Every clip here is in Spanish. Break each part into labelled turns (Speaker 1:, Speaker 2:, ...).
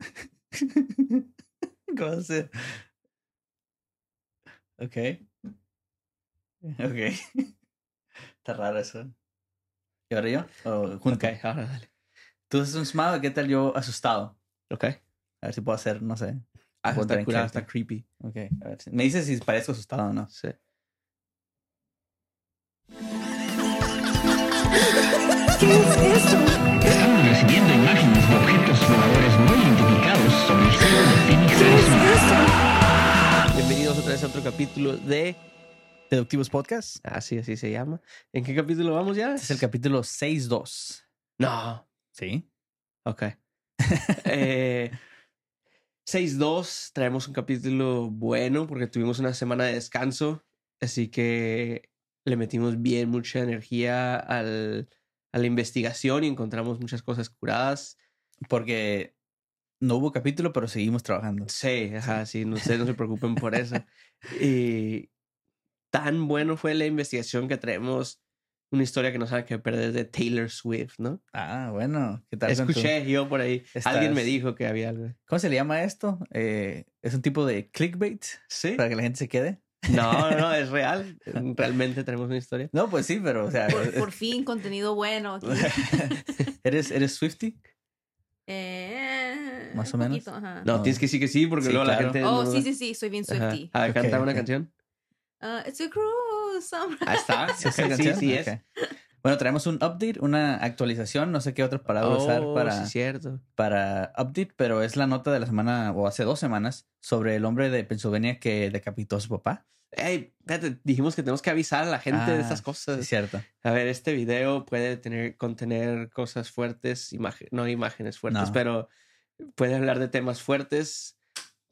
Speaker 1: ¿Cómo se...? Ok. Ok. Está raro eso. ¿Y ahora yo? ¿O junto?
Speaker 2: Ok, ahora dale.
Speaker 1: Tú haces un smile, ¿qué tal yo asustado?
Speaker 2: Ok.
Speaker 1: A ver si puedo hacer, no sé.
Speaker 2: Ah, eso
Speaker 1: Voy
Speaker 2: está
Speaker 1: tranquilo.
Speaker 2: curado, está creepy.
Speaker 1: Ok, a ver. si- Me dices si parezco asustado o no.
Speaker 2: Sí. Este
Speaker 3: ¿Qué es eso?
Speaker 4: Estamos recibiendo imágenes de objetos voladores no identificados sobre el cielo de Phoenix,
Speaker 3: ¿Qué es
Speaker 4: Arizona.
Speaker 3: eso?
Speaker 2: Bienvenidos otra vez a otro capítulo de...
Speaker 1: Deductivos Podcast.
Speaker 2: Así, así se llama. ¿En qué capítulo vamos ya?
Speaker 1: Este es el capítulo 6.2.
Speaker 2: No.
Speaker 1: ¿Sí?
Speaker 2: Ok. eh, 6-2. Traemos un capítulo bueno porque tuvimos una semana de descanso. Así que le metimos bien mucha energía al, a la investigación y encontramos muchas cosas curadas.
Speaker 1: Porque no hubo capítulo, pero seguimos trabajando.
Speaker 2: Sí, ajá, sí, no, ustedes no se preocupen por eso. Y tan bueno fue la investigación que traemos una historia que no saben que perder de Taylor Swift, ¿no?
Speaker 1: Ah, bueno. ¿Qué tal con tu-
Speaker 2: Escuché yo por ahí,
Speaker 1: Estás-
Speaker 2: alguien me dijo que había algo.
Speaker 1: ¿Cómo se le llama esto? Eh, es un tipo de clickbait
Speaker 2: Sí.
Speaker 1: para que la gente se quede.
Speaker 2: No, no, no, es real. mm, Realmente tenemos una historia.
Speaker 1: No, pues sí, pero o
Speaker 2: Ah,
Speaker 1: sea,
Speaker 5: Por, por fin, contenido bueno. aquí.
Speaker 1: eres eres Swifty.
Speaker 5: Eh,
Speaker 1: Más
Speaker 5: un
Speaker 1: o menos.
Speaker 5: poquito, ajá.
Speaker 2: No,
Speaker 1: No.
Speaker 2: tienes que sí que sí, porque
Speaker 1: Sí,
Speaker 2: luego la
Speaker 1: claro.
Speaker 2: gente.
Speaker 5: Oh,
Speaker 2: no-
Speaker 5: sí, sí, sí, soy bien
Speaker 2: Ajá.
Speaker 5: Swifty.
Speaker 2: A ver,
Speaker 1: Ok,
Speaker 2: canta una
Speaker 1: ok.
Speaker 2: canción.
Speaker 5: Uh, it's a cruise. summer.
Speaker 2: Ahí está.
Speaker 1: ¿Sí es la
Speaker 2: sí,
Speaker 1: canción?
Speaker 2: sí
Speaker 1: Ok.
Speaker 2: es.
Speaker 1: Bueno, traemos un update, una actualización, no sé qué otra palabra usar
Speaker 2: Oh,
Speaker 1: para,
Speaker 2: sí, cierto.
Speaker 1: para update, pero es la nota de la semana o hace dos semanas sobre el hombre de Pensilvania que decapitó a su papá.
Speaker 2: Ey, espérate, dijimos que tenemos que avisar a la gente de
Speaker 1: Ah,
Speaker 2: estas
Speaker 1: Sí,
Speaker 2: cosas.
Speaker 1: es cierto.
Speaker 2: A ver, este video puede tener, contener cosas fuertes, imagen, no imágenes fuertes,
Speaker 1: No.
Speaker 2: pero puede hablar de temas fuertes.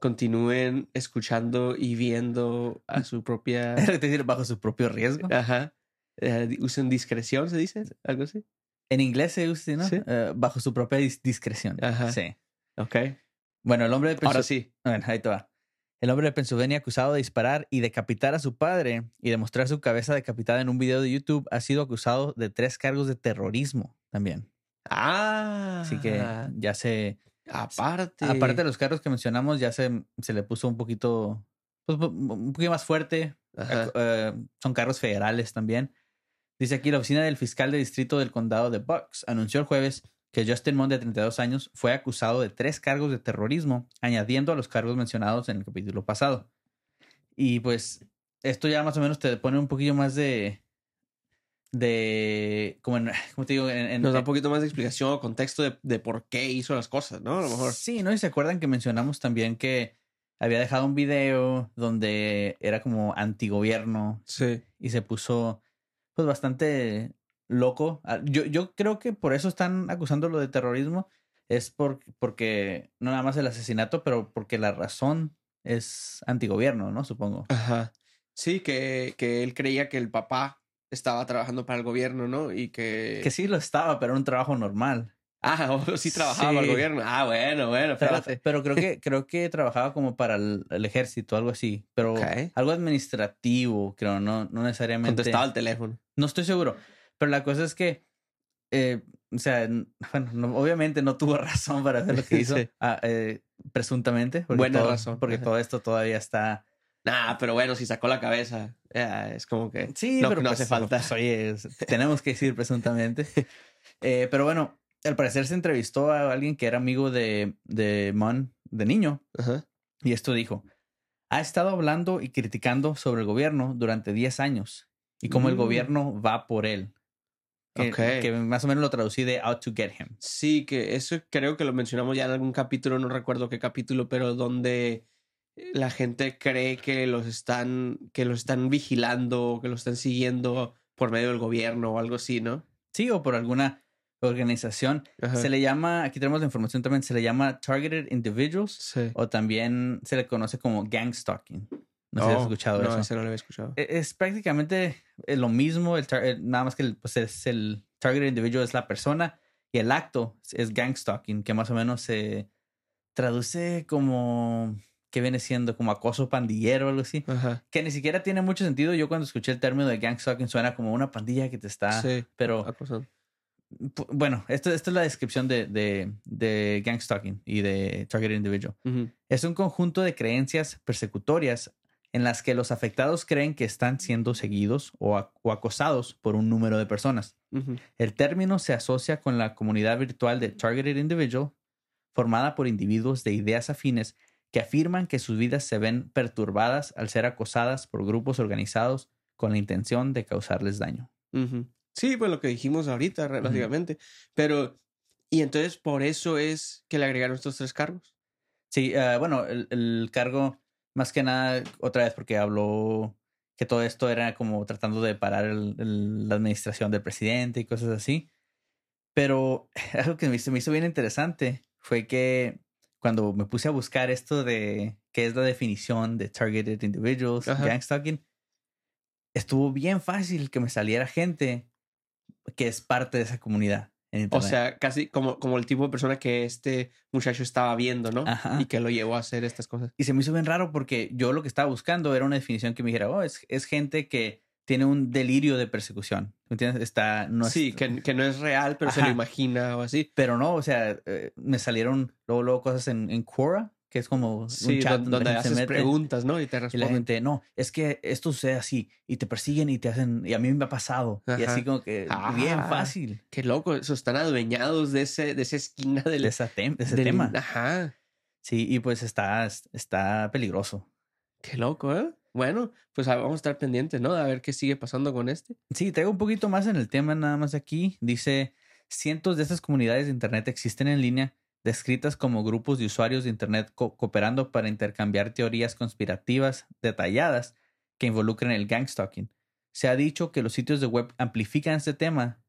Speaker 2: Continúen escuchando y viendo a su propia...
Speaker 1: Es decir, bajo su propio riesgo.
Speaker 2: Ajá. Eh, di- usen discreción, ¿se dice? ¿Algo así?
Speaker 1: En inglés se usa, ¿no?
Speaker 2: Sí.
Speaker 1: Eh, bajo su propia dis- discreción.
Speaker 2: Ajá.
Speaker 1: Sí.
Speaker 2: Ok.
Speaker 1: Bueno, el hombre de
Speaker 2: Ahora
Speaker 1: Pensil-
Speaker 2: sí.
Speaker 1: Bueno, ahí te va. El hombre de Pensilvania acusado de disparar y decapitar a su padre y de mostrar su cabeza decapitada en un video de YouTube ha sido acusado de tres cargos de terrorismo también.
Speaker 2: Ah.
Speaker 1: Así que ya se...
Speaker 2: Aparte.
Speaker 1: Aparte de los cargos que mencionamos, ya se, se le puso un poquito... pues, un poquito más fuerte.
Speaker 2: Ajá.
Speaker 1: Eh, son cargos federales también. Dice aquí, la oficina del fiscal de distrito del condado de Bucks anunció el jueves que Justin Mond, de 32 años, fue acusado de tres cargos de terrorismo, añadiendo a los cargos mencionados en el capítulo pasado. Y pues esto ya más o menos te pone un poquillo más de... de como en, ¿cómo te digo? En, en- eh,
Speaker 2: Nos da un poquito más de explicación o contexto de, de por qué hizo las cosas, ¿no? A lo mejor.
Speaker 1: Sí, ¿no? Y se acuerdan que mencionamos también que había dejado un video donde era como antigobierno
Speaker 2: Sí.
Speaker 1: y se puso pues bastante loco. Ah, Yo, yo creo que por eso están acusándolo de terrorismo. Es por, porque no nada más el asesinato, pero porque la razón es antigobierno, ¿no? Supongo.
Speaker 2: Ajá. Sí, que, que él creía que el papá estaba trabajando para el gobierno, ¿no? Y que...
Speaker 1: Que sí lo estaba, pero era un trabajo normal.
Speaker 2: Ah, o- sí trabajaba para el
Speaker 1: Sí.
Speaker 2: gobierno. Ah, bueno, bueno,
Speaker 1: Traba-
Speaker 2: espérate.
Speaker 1: pero creo que, creo que trabajaba como para el, el ejército, algo así. Pero
Speaker 2: Ok.
Speaker 1: algo administrativo, creo, no, no necesariamente.
Speaker 2: Contestaba el teléfono.
Speaker 1: No estoy seguro. Pero la cosa es que, eh, o sea, n- bueno, no- obviamente no tuvo razón para hacer lo que hizo,
Speaker 2: Sí.
Speaker 1: ah, eh, presuntamente. porque
Speaker 2: Buena
Speaker 1: todo-
Speaker 2: razón.
Speaker 1: Porque
Speaker 2: Ajá.
Speaker 1: todo esto todavía está.
Speaker 2: Nah, pero bueno, si sacó la cabeza, ya, es como que...
Speaker 1: Sí,
Speaker 2: No-
Speaker 1: pero
Speaker 2: no
Speaker 1: pues,
Speaker 2: hace falta.
Speaker 1: pues, oye, es- tenemos que decir presuntamente. Eh, pero bueno, al parecer se entrevistó a alguien que era amigo de, de Mon, de niño,
Speaker 2: Ajá.
Speaker 1: y esto dijo: Ha estado hablando y criticando sobre el gobierno durante 10 años y cómo el
Speaker 2: Mm.
Speaker 1: gobierno va por él. Que,
Speaker 2: Ok.
Speaker 1: que más o menos lo traducí de out to get him.
Speaker 2: Sí, que eso creo que lo mencionamos ya en algún capítulo, no recuerdo qué capítulo, pero donde la gente cree que los están, que los están vigilando, que los están siguiendo por medio del gobierno o algo así, ¿no?
Speaker 1: Sí, o por alguna organización.
Speaker 2: Ajá.
Speaker 1: Se le llama, aquí tenemos la información también, se le llama Targeted Individuals
Speaker 2: Sí.
Speaker 1: o también se le conoce como Gang Stalking. No sé si
Speaker 2: Oh,
Speaker 1: has escuchado
Speaker 2: no,
Speaker 1: eso.
Speaker 2: ese no lo había escuchado.
Speaker 1: E- Es, prácticamente eh, lo mismo, el tar- eh, nada más que el, pues es el Targeted Individual es la persona y el acto es- es Gang Stalking, que más o menos se traduce como, ¿qué viene siendo? Como acoso pandillero o algo así.
Speaker 2: Ajá.
Speaker 1: Que ni siquiera tiene
Speaker 2: Ah,
Speaker 1: mucho sentido. Yo cuando escuché el término de Gang Stalking suena como una pandilla que te está...
Speaker 2: sí.
Speaker 1: Pero
Speaker 2: acosado.
Speaker 1: pu- bueno, esto, esta es la descripción de, de, de gang stalking y de targeted individual.
Speaker 2: Ujú.
Speaker 1: Es un conjunto de creencias persecutorias en las que los afectados creen que están siendo seguidos o ac- o acosados por un número de personas.
Speaker 2: Ujú.
Speaker 1: El término se asocia con la comunidad virtual de Targeted Individual, formada por individuos de ideas afines que afirman que sus vidas se ven perturbadas al ser acosadas por grupos organizados con la intención de causarles daño.
Speaker 2: Ujú. Sí, pues lo que dijimos ahorita, re- básicamente. Pero, y entonces por eso es que le agregaron estos tres cargos.
Speaker 1: Sí, eh, bueno, el, el cargo, más que nada, otra vez, porque habló que todo esto era como tratando de parar el- el- la administración del presidente y cosas así. Pero algo que me hizo, me hizo bien interesante fue que cuando me puse a buscar esto de qué es la definición de targeted individuals,
Speaker 2: Ajá.
Speaker 1: gang stalking, estuvo bien fácil que me saliera gente que es parte de esa comunidad. en
Speaker 2: O
Speaker 1: internet.
Speaker 2: sea, casi como, como el tipo de persona que este muchacho estaba viendo, ¿no?
Speaker 1: Ajá.
Speaker 2: Y que lo llevó a hacer estas cosas.
Speaker 1: Y se me hizo bien raro porque yo lo que estaba buscando era una definición que me dijera, oh, es, es gente que tiene un delirio de persecución. ¿Me entiendes? Está, no es-
Speaker 2: sí, que, que no es real, pero se
Speaker 1: Ajá.
Speaker 2: lo imagina o así.
Speaker 1: Pero no, o sea, eh, me salieron luego, luego cosas en, en Quora, que es como
Speaker 2: Sí,
Speaker 1: un chat
Speaker 2: don-
Speaker 1: donde,
Speaker 2: donde
Speaker 1: la gente
Speaker 2: haces
Speaker 1: se mete.
Speaker 2: preguntas, ¿no? Y te
Speaker 1: Y la
Speaker 2: responden.
Speaker 1: gente, no, es que esto sucede así, y te persiguen y te hacen, y a mí me ha pasado. Y
Speaker 2: Ajá.
Speaker 1: así como que
Speaker 2: Ah.
Speaker 1: bien fácil
Speaker 2: Qué loco, eso están adueñados de, ese, de esa esquina del,
Speaker 1: de, esa tem- de ese
Speaker 2: del-
Speaker 1: tema.
Speaker 2: Ajá,
Speaker 1: Sí, y pues está, está peligroso.
Speaker 2: qué loco, ¿eh? Bueno, pues a- vamos a estar pendientes, ¿no? A ver qué sigue pasando con este.
Speaker 1: Sí, traigo un poquito más en el tema nada más aquí. Dice, cientos de estas comunidades de Internet existen en línea, descritas como grupos de usuarios de Internet co- cooperando para intercambiar teorías conspirativas detalladas que involucren el gangstalking. Se ha dicho que los sitios de web amplifican este tema.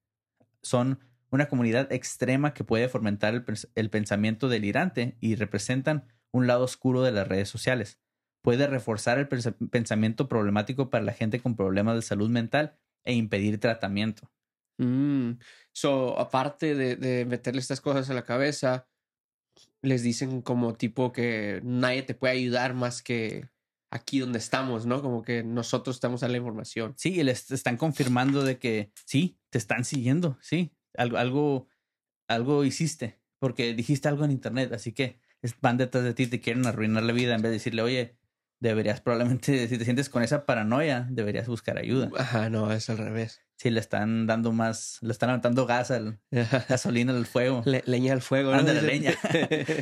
Speaker 1: Son una comunidad extrema que puede fomentar el, pens- el pensamiento delirante y representan un lado oscuro de las redes sociales. Puede reforzar el pensa- pensamiento problemático para la gente con problemas de salud mental e impedir tratamiento.
Speaker 2: Mm, So, aparte de, de meterle estas cosas a la cabeza, les dicen como tipo que nadie te puede ayudar más que aquí donde estamos, ¿no? Como que nosotros estamos a la información.
Speaker 1: Sí, y les están confirmando de que sí, te están siguiendo, sí, algo, algo, algo hiciste, porque dijiste algo en internet, así que es- van detrás de ti, te quieren arruinar la vida en vez de decirle, oye, deberías probablemente, si te sientes con esa paranoia, deberías buscar ayuda.
Speaker 2: Ajá, no, es al revés.
Speaker 1: Sí, le están dando más, le están aventando gas al gasolina al fuego.
Speaker 2: Le- leña al fuego, ¿no?
Speaker 1: Ándale,
Speaker 2: Dicen.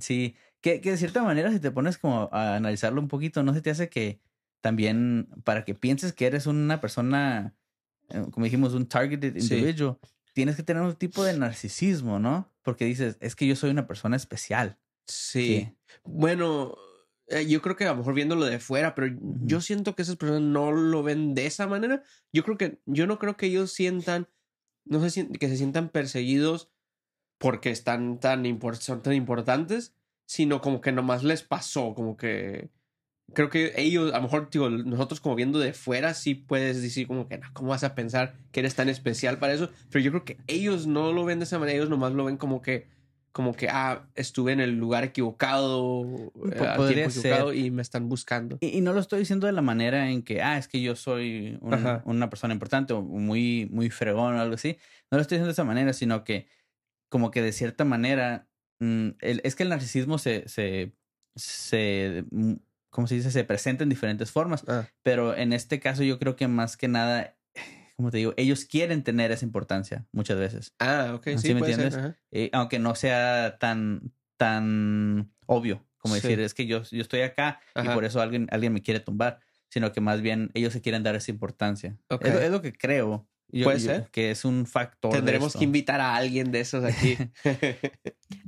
Speaker 1: Sí, que, que de cierta manera, si te pones como a analizarlo un poquito, no se te hace que también para que pienses que eres una persona, eh, como dijimos, un targeted
Speaker 2: Sí.
Speaker 1: individual, tienes que tener un tipo de narcisismo, ¿no? Porque dices, es que yo soy una persona especial.
Speaker 2: sí. Bueno, eh, yo creo que a lo mejor viéndolo de fuera, pero yo siento que esas personas no lo ven de esa manera. Yo creo que, yo no creo que ellos sientan, no sé, si- que se sientan perseguidos porque están tan, impor- son tan importantes, sino como que nomás les pasó, como que creo que ellos, a lo mejor, digo, nosotros como viendo de fuera, sí puedes decir como que, no, ¿cómo vas a pensar que eres tan especial para eso? Pero yo creo que ellos no lo ven de esa manera, ellos nomás lo ven como que, como que, ah, estuve en el lugar equivocado, eh, al
Speaker 1: podría
Speaker 2: tiempo equivocado y me están buscando.
Speaker 1: Y, y no lo estoy diciendo de la manera en que, ah, es que yo soy un-
Speaker 2: Ajá.
Speaker 1: una persona importante o muy, muy fregón o algo así. No lo estoy diciendo de esa manera, sino que como que de cierta manera, mm, el- es que el narcisismo se, se, se, mm, ¿cómo se dice? Se presenta en diferentes formas,
Speaker 2: Ah,
Speaker 1: pero en este caso yo creo que más que nada, como te digo, ellos quieren tener esa importancia muchas veces,
Speaker 2: ah, ok, sí,
Speaker 1: ¿Sí me
Speaker 2: puede ser,
Speaker 1: entiendes?
Speaker 2: ajá.
Speaker 1: eh, aunque no sea tan, tan obvio. Como
Speaker 2: Sí.
Speaker 1: decir, es que yo, yo estoy acá
Speaker 2: Ajá.
Speaker 1: y por eso alguien, alguien me quiere tumbar, sino que más bien ellos se quieren dar esa importancia.
Speaker 2: Ok.
Speaker 1: Es, lo, es lo que creo. Yo-
Speaker 2: Puede
Speaker 1: yo-
Speaker 2: ser.
Speaker 1: Que es un factor. de
Speaker 2: Tendremos
Speaker 1: esto.
Speaker 2: que invitar a alguien de esos aquí.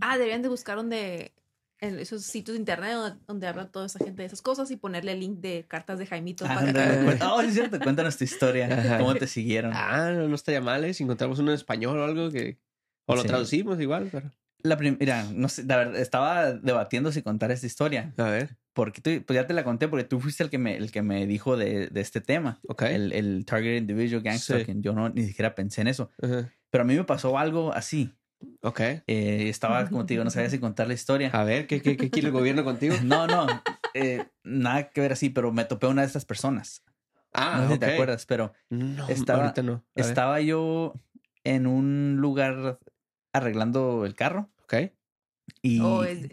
Speaker 5: Ah, deberían de buscar donde en esos sitios de internet donde, donde habla toda esa gente de esas cosas y ponerle el link de cartas de Jaimito
Speaker 1: Ah,
Speaker 5: para
Speaker 1: ándale,
Speaker 5: que-
Speaker 1: cuenta- oh, sí es cierto, cuéntanos tu historia,
Speaker 2: Ajá.
Speaker 1: cómo te siguieron.
Speaker 2: ah, no, no estaría mal, ¿eh? Si encontramos uno en español o algo que... O lo
Speaker 1: Sí.
Speaker 2: traducimos igual, pero...
Speaker 1: La prim- mira, no sé, la verdad, estaba debatiendo si contar esta historia,
Speaker 2: A ver,
Speaker 1: porque tú, pues ya te la conté, porque tú fuiste el que me, el que me dijo de, de este tema,
Speaker 2: ok.
Speaker 1: el, el Target Individual Gang
Speaker 2: Sí.
Speaker 1: Stalking. Yo no ni siquiera pensé en eso,
Speaker 2: Ajá.
Speaker 1: pero a mí me pasó algo así.
Speaker 2: Ok.
Speaker 1: Eh, estaba, como te digo, no sabía si contar la historia.
Speaker 2: A ver, ¿qué, qué, qué quiere el gobierno contigo?
Speaker 1: No, no, eh, nada que ver así, pero me topé a una de estas personas.
Speaker 2: Ah,
Speaker 1: no sé si
Speaker 2: ok.
Speaker 1: te acuerdas, pero
Speaker 2: No,
Speaker 1: Estaba-
Speaker 2: ahorita no. A ver.
Speaker 1: estaba yo, en un lugar arreglando el carro
Speaker 2: ¿Ok?
Speaker 1: y
Speaker 5: O Oh, es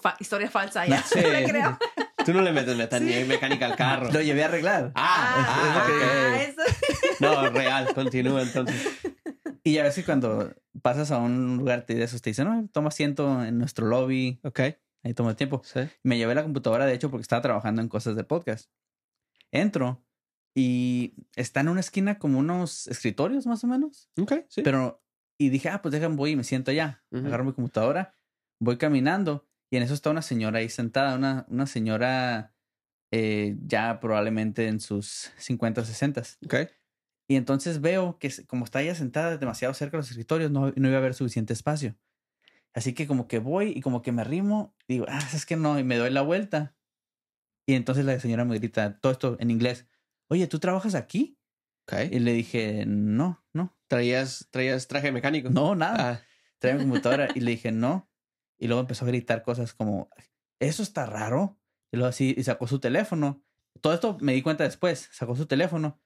Speaker 5: fa- historia falsa ya.
Speaker 2: Sí.
Speaker 5: No la creo.
Speaker 2: Tú no le metes mecanía- mecánica al carro.
Speaker 1: lo llevé a arreglar.
Speaker 2: Ah,
Speaker 5: Ah,
Speaker 2: ah, ok.
Speaker 5: eso.
Speaker 2: No, real, continúa entonces.
Speaker 1: Y ya ves que cuando pasas a un lugar te, de esos te dicen, no, toma asiento en nuestro lobby,
Speaker 2: Ok.
Speaker 1: ahí toma el tiempo.
Speaker 2: Sí.
Speaker 1: Me llevé la computadora, de hecho, porque estaba trabajando en cosas de podcast. Entro y está en una esquina como unos escritorios más o menos.
Speaker 2: Ok, sí.
Speaker 1: Pero, y dije, ah, pues déjame, voy y me siento allá.
Speaker 2: Ujú.
Speaker 1: Agarro mi computadora, voy caminando y en eso está una señora ahí sentada, una, una señora eh, ya probablemente en sus 50 o 60.
Speaker 2: ok.
Speaker 1: Y entonces veo que se- como está ella sentada demasiado cerca de los escritorios, no, no iba a haber suficiente espacio. Así que como que voy y como que me arrimo, digo, ah, es que no, y me doy la vuelta. Y entonces la señora me grita, todo esto en inglés, oye, ¿tú trabajas aquí? Y
Speaker 2: Ok.
Speaker 1: le dije, no, no,
Speaker 2: ¿Traías, traías traje mecánico?
Speaker 1: no, nada.
Speaker 2: Ah,
Speaker 1: Trae mi computadora y le dije, no. Y luego empezó a gritar cosas como, eso está raro. Y luego así, y sacó su teléfono. Todo esto me di cuenta después, sacó su teléfono.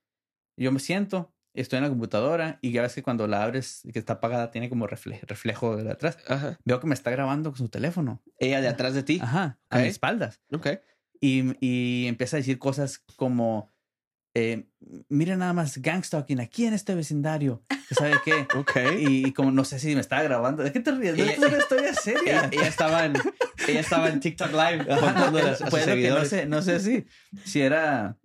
Speaker 1: Yo me siento, estoy en la computadora y ya ves que cuando la abres, que está apagada, tiene como refle- reflejo de atrás.
Speaker 2: ajá.
Speaker 1: Veo que me está grabando con su teléfono.
Speaker 2: Ella de atrás de ti.
Speaker 1: Ajá, a
Speaker 2: Ok.
Speaker 1: mis espaldas
Speaker 2: Ok.
Speaker 1: y, y empieza a decir cosas como, eh, mira nada más gangstalking aquí en este vecindario, que ¿sabe qué?
Speaker 2: Ok.
Speaker 1: Y, y como no sé si me estaba grabando, ¿de qué te ríes? No,
Speaker 2: Ella-
Speaker 1: esto es una historia
Speaker 2: ella,
Speaker 1: seria.
Speaker 2: ella estaba en, ella estaba en TikTok Live contando a, sus- a sus
Speaker 1: Pues lo que no
Speaker 2: seguidores.
Speaker 1: sé, no sé si, si era,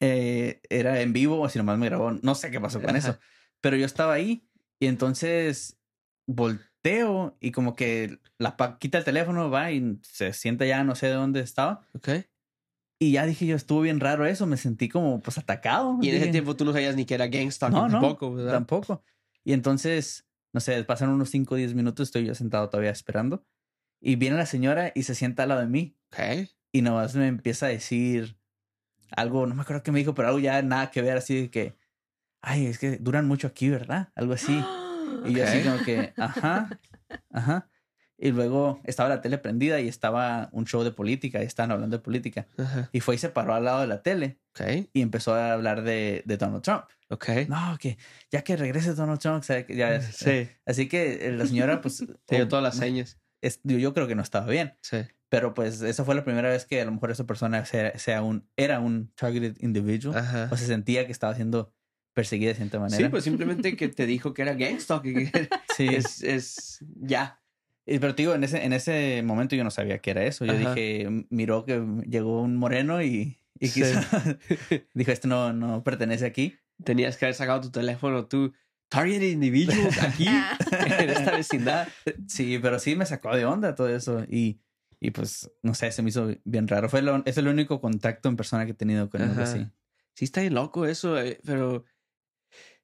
Speaker 1: eh, era en vivo o si nomás me grabó, no sé qué pasó con
Speaker 2: Ajá.
Speaker 1: eso, pero yo estaba ahí y entonces volteo y como que la pa- quita el teléfono, va y se sienta ya, no sé de dónde estaba.
Speaker 2: Ok.
Speaker 1: Y ya dije yo, estuvo bien raro eso, me sentí como pues atacado.
Speaker 2: Y en ese
Speaker 1: Dije,
Speaker 2: tiempo tú no sabías ni que era GameStop
Speaker 1: No, no,
Speaker 2: tampoco, ¿verdad?
Speaker 1: Tampoco. Y entonces, no sé, pasaron unos 5 o 10 minutos, estoy yo sentado todavía esperando. Y viene la señora y se sienta al lado de mí.
Speaker 2: Ok.
Speaker 1: Y nomás me empieza a decir algo, no me acuerdo qué me dijo, pero algo ya nada que ver, así de que, ay, es que duran mucho aquí, ¿verdad? Algo así. Y yo así
Speaker 2: Ok.
Speaker 1: como que, ajá, ajá. Y luego estaba la tele prendida y estaba un show de política y estaban hablando de política.
Speaker 2: Ajá.
Speaker 1: Y fue y se paró al lado de la tele
Speaker 2: Ok.
Speaker 1: y empezó a hablar de, de Donald Trump.
Speaker 2: Ok.
Speaker 1: No, que ya que regrese Donald Trump, sabe que ya-
Speaker 2: Eh, Sí.
Speaker 1: Así que eh, la señora, pues,
Speaker 2: Te dio
Speaker 1: o-
Speaker 2: todas las señas.
Speaker 1: es- yo, yo creo que no estaba bien,
Speaker 2: Sí.
Speaker 1: pero pues esa fue la primera vez que a lo mejor esa persona sea, sea un, era un targeted individual
Speaker 2: Ajá.
Speaker 1: o se sentía que estaba siendo perseguida de cierta manera.
Speaker 2: Ah. Sí, pues simplemente que te dijo que era GameStop. que era-
Speaker 1: Sí.
Speaker 2: es, es ya.
Speaker 1: Y- Pero te digo, en ese, en ese momento yo no sabía qué era eso. Yo
Speaker 2: Ajá.
Speaker 1: dije, m- miró que llegó un moreno y, y quizá-
Speaker 2: Sí.
Speaker 1: dijo, esto no, no pertenece aquí.
Speaker 2: Tenías que haber sacado tu teléfono, tú. Target individuals aquí,
Speaker 5: Ah.
Speaker 2: en esta vecindad.
Speaker 1: Sí, pero sí me sacó de onda todo eso. Y, y pues, no sé, se me hizo bien raro. Fue lo- es el único contacto en persona que he tenido con algo
Speaker 2: Ajá.
Speaker 1: así.
Speaker 2: Sí, está bien loco eso, eh, pero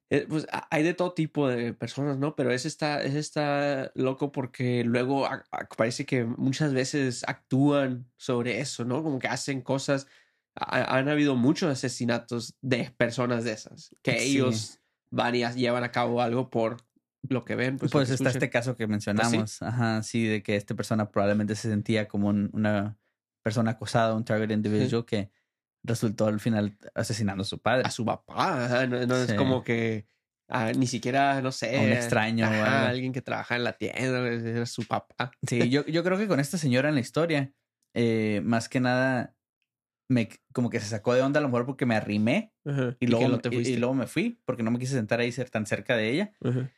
Speaker 2: eh, pues a- hay de todo tipo de personas, ¿no? Pero ese está, ese está loco porque luego a- a- parece que muchas veces actúan sobre eso, ¿no? Como que hacen cosas. Ha- han habido muchos asesinatos de personas de esas, que
Speaker 1: Sí.
Speaker 2: ellos van y ha- llevan a cabo algo por lo que ven.
Speaker 1: Pues,
Speaker 2: Pues, lo que
Speaker 1: está
Speaker 2: escuchan.
Speaker 1: este caso que mencionamos. Ajá, sí, de que esta persona probablemente se sentía como un- una persona acosada, un target individual que resultó al final asesinando a su padre.
Speaker 2: a su papá, ajá, no, no
Speaker 1: Sí.
Speaker 2: es como que ah, ni siquiera, no sé,
Speaker 1: A un extraño o
Speaker 2: eh, ajá,
Speaker 1: algo.
Speaker 2: alguien que trabaja en la tienda, eh, era su papá.
Speaker 1: Sí, yo, yo creo que con esta señora en la historia, eh, más que nada, me como que se sacó de onda a lo mejor porque me arrimé y,
Speaker 2: que
Speaker 1: luego,
Speaker 2: no te
Speaker 1: y- y
Speaker 2: fuiste.
Speaker 1: luego me fui porque no me quise sentar ahí ser tan cerca de ella.
Speaker 2: Ajá.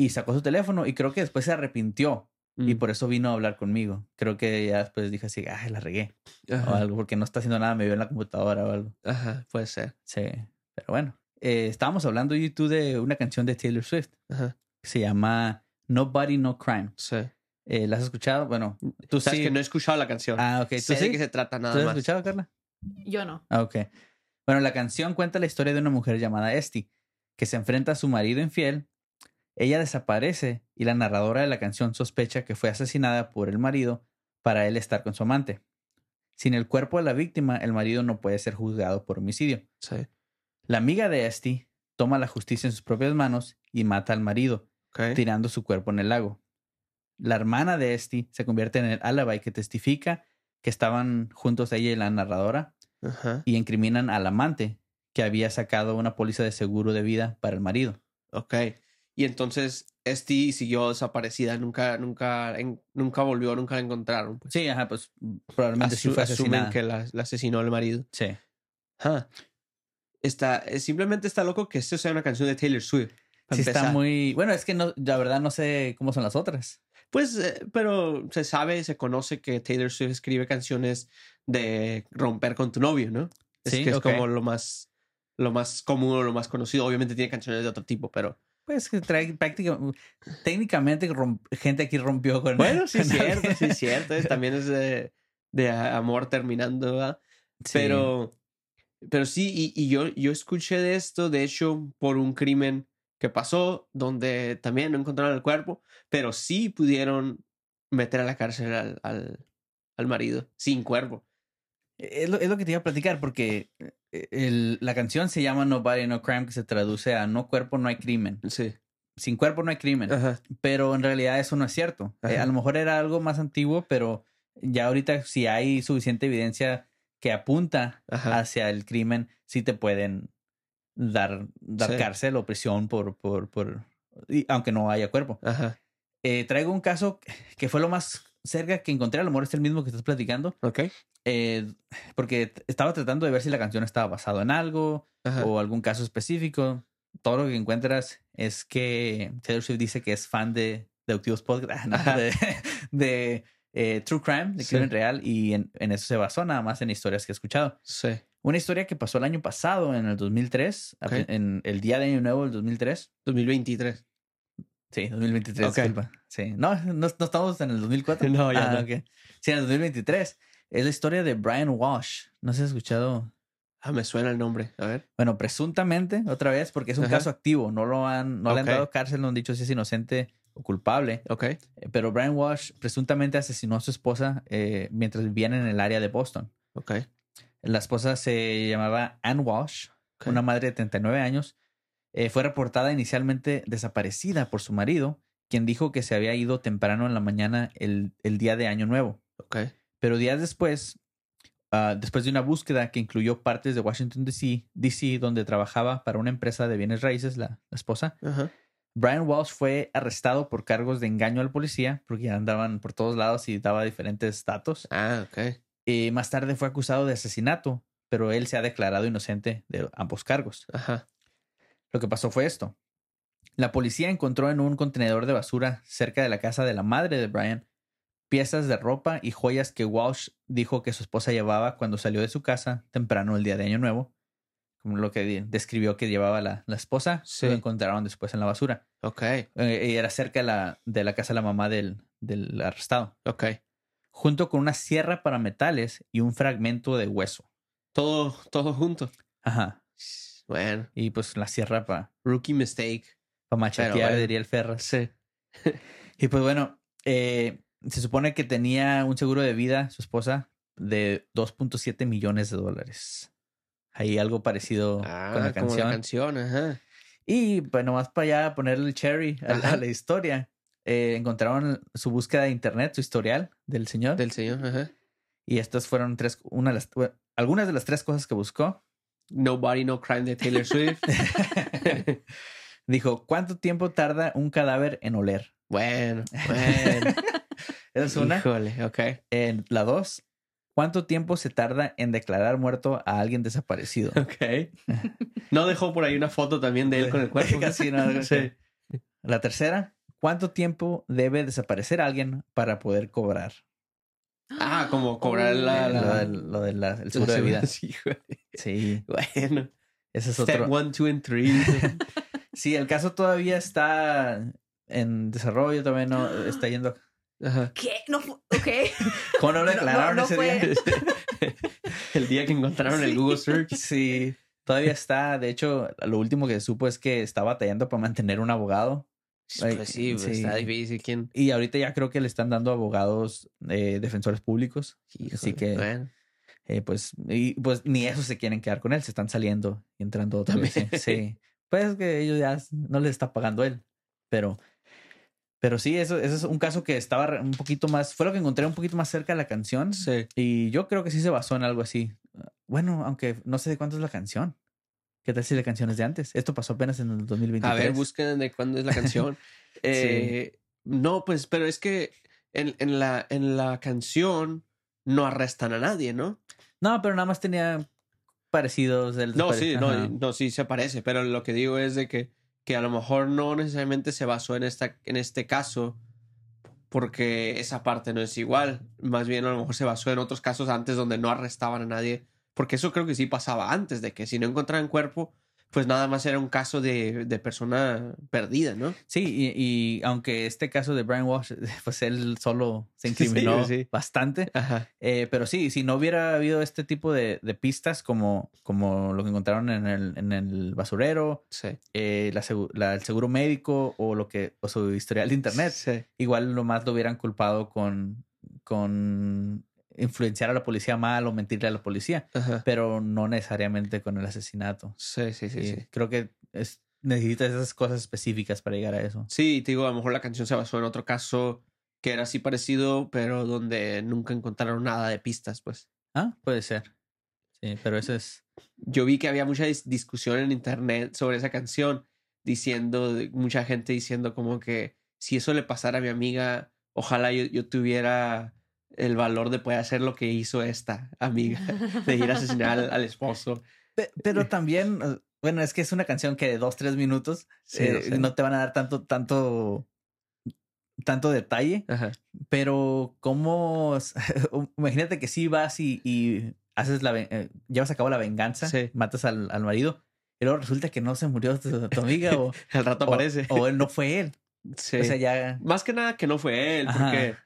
Speaker 1: y sacó su teléfono y creo que después se arrepintió y
Speaker 2: Mm.
Speaker 1: por eso vino a hablar conmigo. Creo que ya después dije así, ah, la regué o
Speaker 2: Ajá,
Speaker 1: algo porque no está haciendo nada, me vio en la computadora o algo.
Speaker 2: ajá, puede ser.
Speaker 1: Sí, pero bueno. Eh, estábamos hablando YouTube de una canción de Taylor Swift
Speaker 2: Ajá,
Speaker 1: que se llama Nobody No Crime.
Speaker 2: sí.
Speaker 1: Eh, ¿La has escuchado? Bueno, tú
Speaker 2: Tú sabes
Speaker 1: sí.
Speaker 2: que no he escuchado la canción.
Speaker 1: Ah, ok. ¿Tú
Speaker 2: sé
Speaker 1: sí?
Speaker 2: de qué se trata
Speaker 1: ¿Tú
Speaker 2: nada
Speaker 1: has
Speaker 2: más.
Speaker 1: escuchado, Carla?
Speaker 5: Yo no.
Speaker 1: Ah, Ok. Bueno, la canción cuenta la historia de una mujer llamada Esti, que se enfrenta a su marido infiel. Ella desaparece y la narradora de la canción sospecha que fue asesinada por el marido para él estar con su amante. Sin el cuerpo de la víctima, el marido no puede ser juzgado por homicidio.
Speaker 2: Sí,
Speaker 1: La amiga de Esti toma la justicia en sus propias manos y mata al marido,
Speaker 2: ok.
Speaker 1: tirando su cuerpo en el lago. La hermana de Esti se convierte en el álabai que testifica que estaban juntos ella y la narradora
Speaker 2: Ajá,
Speaker 1: y incriminan al amante que había sacado una póliza de seguro de vida para el marido.
Speaker 2: ok. Y entonces Esti siguió desaparecida, nunca, nunca, en- nunca volvió, nunca la encontraron. pues.
Speaker 1: Sí, ajá, pues probablemente sí
Speaker 2: Asu-
Speaker 1: fue
Speaker 2: asumen
Speaker 1: asesinada.
Speaker 2: que la, la asesinó el marido.
Speaker 1: Sí.
Speaker 2: Ajá. Está, eh, simplemente está loco que esto sea una canción de Taylor Swift. para
Speaker 1: Sí está
Speaker 2: empezar.
Speaker 1: muy... Bueno, es que no, la verdad no sé cómo son las otras.
Speaker 2: Pues, eh, pero se sabe, se conoce que Taylor Swift escribe canciones de romper con tu novio, ¿no? Es
Speaker 1: Sí,
Speaker 2: que es
Speaker 1: ok.
Speaker 2: como lo más, lo más común, lo más conocido. Obviamente tiene canciones de otro tipo, pero.
Speaker 1: Pues que trae práctica- técnicamente romp- gente aquí rompió con...
Speaker 2: es
Speaker 1: con alguien.
Speaker 2: cierto, sí, es cierto. Es- También es de, de amor terminando, ¿verdad?
Speaker 1: Sí.
Speaker 2: Pero, pero sí, y, y yo, yo escuché de esto, de hecho, por un crimen que pasó, donde también no encontraron el cuerpo, pero sí pudieron meter a la cárcel al, al, al marido, sin cuerpo.
Speaker 1: Es lo, es lo que te iba a platicar porque eh, el- la canción se llama No Body, No Crime, que se traduce a No cuerpo, no hay crimen.
Speaker 2: Sí.
Speaker 1: Sin cuerpo no hay crimen.
Speaker 2: Ajá.
Speaker 1: Pero en realidad eso no es cierto. Eh,
Speaker 2: Ajá.
Speaker 1: a lo mejor era algo más antiguo, pero ya ahorita si hay suficiente evidencia que apunta
Speaker 2: Ajá.
Speaker 1: hacia el crimen, sí te pueden dar, dar
Speaker 2: Sí.
Speaker 1: cárcel o prisión por, por, por y- aunque no haya cuerpo.
Speaker 2: Ajá.
Speaker 1: Eh, traigo un caso que fue lo más cerca que encontré, a lo mejor es el mismo que estás platicando,
Speaker 2: Ok.
Speaker 1: eh, porque t- estaba tratando de ver si la canción estaba basada en algo
Speaker 2: Ajá.
Speaker 1: o algún caso específico. Todo lo que encuentras es que Taylor Swift dice que es fan de Deductivos Podcast, ah, no,
Speaker 2: Ajá.
Speaker 1: de, de, eh, True Crime, de
Speaker 2: Sí.
Speaker 1: crimen real, y en, en eso se basó nada más en historias que he escuchado.
Speaker 2: Sí.
Speaker 1: Una historia que pasó el año pasado, en el 2003,
Speaker 2: Ok.
Speaker 1: ape- en el día de Año Nuevo del 2003.
Speaker 2: 2023.
Speaker 1: Sí, 2023,
Speaker 2: Ok.
Speaker 1: disculpa. Sí, no, no, no estamos en el 2004.
Speaker 2: No, ya no.
Speaker 1: Ah, ok. Sí, en el 2023. Es la historia de Brian Walsh. No sé si has escuchado.
Speaker 2: Ah, me suena el nombre. A ver.
Speaker 1: Bueno, presuntamente, otra vez, porque es un
Speaker 2: Ajá.
Speaker 1: caso activo. No lo han, no le han
Speaker 2: Ok.
Speaker 1: dado cárcel, no han dicho si es inocente o culpable.
Speaker 2: Ok.
Speaker 1: Eh, Pero Brian Walsh presuntamente asesinó a su esposa eh, mientras vivían en el área de Boston.
Speaker 2: Ok.
Speaker 1: La esposa se llamaba Ann Walsh,
Speaker 2: Ok.
Speaker 1: una madre de 39 años. Eh, fue reportada inicialmente desaparecida por su marido, quien dijo que se había ido temprano en la mañana el, el día de Año Nuevo.
Speaker 2: Ok.
Speaker 1: Pero días después, ah, después de una búsqueda que incluyó partes de Washington, D.C., DC, donde trabajaba para una empresa de bienes raíces, la, la esposa,
Speaker 2: Ajá.
Speaker 1: Brian Walsh fue arrestado por cargos de engaño al policía, porque ya andaban por todos lados y daba diferentes datos.
Speaker 2: Ah, ok.
Speaker 1: Eh, más tarde fue acusado de asesinato, pero él se ha declarado inocente de ambos cargos.
Speaker 2: Ajá.
Speaker 1: Lo que pasó fue esto. La policía encontró en un contenedor de basura cerca de la casa de la madre de Brian piezas de ropa y joyas que Walsh dijo que su esposa llevaba cuando salió de su casa temprano el día de Año Nuevo, como lo que di- describió que llevaba la, la esposa,
Speaker 2: Sí.
Speaker 1: lo encontraron después en la basura.
Speaker 2: Ok.
Speaker 1: Eh, y era cerca de la, de la casa de la mamá del, del arrestado,
Speaker 2: Ok.
Speaker 1: junto con una sierra para metales y un fragmento de hueso.
Speaker 2: Todo, todo junto.
Speaker 1: Ajá.
Speaker 2: Bueno.
Speaker 1: Y pues la sierra para
Speaker 2: Rookie mistake.
Speaker 1: machetear,
Speaker 2: bueno.
Speaker 1: diría el Ferras.
Speaker 2: Sí.
Speaker 1: Y pues bueno, eh, se supone que tenía un seguro de vida, su esposa, de 2.7 millones de dólares. Ahí algo parecido
Speaker 2: Ah,
Speaker 1: con la
Speaker 2: como
Speaker 1: canción.
Speaker 2: la canción, ajá.
Speaker 1: Y pues nomás para allá ponerle el cherry a, la-
Speaker 2: Ajá.
Speaker 1: a la historia. eh, encontraron su búsqueda de internet, su historial del señor.
Speaker 2: Del señor, ajá.
Speaker 1: Y estas fueron tres, una de las, bueno, algunas de las tres cosas que buscó.
Speaker 2: Nobody No Crime de Taylor Swift.
Speaker 1: Dijo, ¿cuánto tiempo tarda un cadáver en oler?
Speaker 2: bueno, bueno.
Speaker 1: Esa es una.
Speaker 2: Híjole, ok.
Speaker 1: En la dos, ¿cuánto tiempo se tarda en declarar muerto a alguien desaparecido?
Speaker 2: Ok. No dejó por ahí una foto también de él con el cuerpo.
Speaker 1: Casi no, algo
Speaker 2: Sí.
Speaker 1: así. La tercera, ¿cuánto tiempo debe desaparecer alguien para poder cobrar?
Speaker 2: Ah, como cobrar la-
Speaker 1: lo
Speaker 2: la-
Speaker 1: del, lo del- la- el seguro de vida.
Speaker 2: Sí, güey.
Speaker 1: Sí,
Speaker 2: Bueno.
Speaker 1: ese es
Speaker 2: Step
Speaker 1: otro.
Speaker 2: one, two, and three.
Speaker 1: Sí, el caso todavía está en desarrollo, todavía no está yendo.
Speaker 2: Ajá.
Speaker 5: ¿Qué? No fu- ok.
Speaker 1: ¿Cómo no lo
Speaker 5: No, no,
Speaker 1: declararon
Speaker 5: no
Speaker 1: ese
Speaker 5: fue.
Speaker 1: día?
Speaker 2: El día que encontraron el Google Search.
Speaker 1: Sí, todavía está. De hecho, lo último que supo es que está batallando para mantener un abogado.
Speaker 2: Pues sí, pues,
Speaker 1: Sí.
Speaker 2: está difícil. ¿Quién?
Speaker 1: Y ahorita ya creo que le están dando abogados eh, defensores públicos. Así
Speaker 2: Híjole,
Speaker 1: que-
Speaker 2: bueno.
Speaker 1: Eh, pues, y pues ni eso se quieren quedar con él, se están saliendo y entrando otra vez.
Speaker 2: También.
Speaker 1: ¿eh? Sí. Pues que ellos ya s- no les está pagando él. Pero, pero sí, eso, eso es un caso que estaba re- un poquito más, fue lo que encontré un poquito más cerca de la canción.
Speaker 2: Sí.
Speaker 1: Y yo creo que sí se basó en algo así. Bueno, aunque no sé de cuánto es la canción. ¿Qué tal si la canción es de antes? Esto pasó apenas en el 2023.
Speaker 2: A ver, busquen de cuándo es la canción. Eh, No, pues, pero es que en, en la, en la canción no arrestan a nadie, ¿no?
Speaker 1: No, pero nada más tenía parecidos del...
Speaker 2: No, sí,
Speaker 1: Ajá.
Speaker 2: no, no, sí se parece, pero lo que digo es de que, que a lo mejor no necesariamente se basó en, esta, en este caso porque esa parte no es igual. Más bien a lo mejor se basó en otros casos antes donde no arrestaban a nadie, porque eso creo que sí pasaba antes, de que si no encontraban cuerpo, pues nada más era un caso de, de persona perdida, ¿no?
Speaker 1: Sí, y, y aunque este caso de Brian Walsh, pues él solo se incriminó
Speaker 2: Sí, sí.
Speaker 1: bastante.
Speaker 2: Ajá.
Speaker 1: Eh, pero sí, si no hubiera habido este tipo de, de pistas como, como lo que encontraron en el, en el basurero,
Speaker 2: Sí.
Speaker 1: eh, la segu- la- el seguro médico o lo que o su historial de internet,
Speaker 2: Sí.
Speaker 1: igual nomás lo hubieran culpado con, con influenciar a la policía mal o mentirle a la policía,
Speaker 2: Ajá.
Speaker 1: pero no necesariamente con el asesinato.
Speaker 2: Sí, sí, sí,
Speaker 1: Y
Speaker 2: sí.
Speaker 1: Creo que es, necesitas esas cosas específicas para llegar a eso.
Speaker 2: Sí, te digo, a lo mejor la canción se basó en otro caso que era así parecido, pero donde nunca encontraron nada de pistas, pues.
Speaker 1: Ah, puede ser. Sí, pero eso es.
Speaker 2: Yo vi que había mucha dis- discusión en internet sobre esa canción, diciendo, de- mucha gente diciendo como que si eso le pasara a mi amiga, ojalá yo, yo tuviera el valor de poder hacer lo que hizo esta amiga, de ir a asesinar al, al esposo.
Speaker 1: pero también, eh, bueno, es que es una canción que de dos, tres minutos
Speaker 2: Sí,
Speaker 1: eh,
Speaker 2: no sé.
Speaker 1: no te van a dar tanto, tanto, tanto detalle.
Speaker 2: Ajá.
Speaker 1: Pero, ¿cómo? Imagínate que sí vas y, y haces la. ven- eh, llevas a cabo la venganza,
Speaker 2: Sí.
Speaker 1: matas al, al marido, y luego resulta que no se murió tu, tu amiga o,
Speaker 2: Al rato
Speaker 1: o,
Speaker 2: aparece.
Speaker 1: o él no fue él.
Speaker 2: Sí.
Speaker 1: O sea, ya.
Speaker 2: Más que nada que no fue él,
Speaker 1: Ajá.
Speaker 2: porque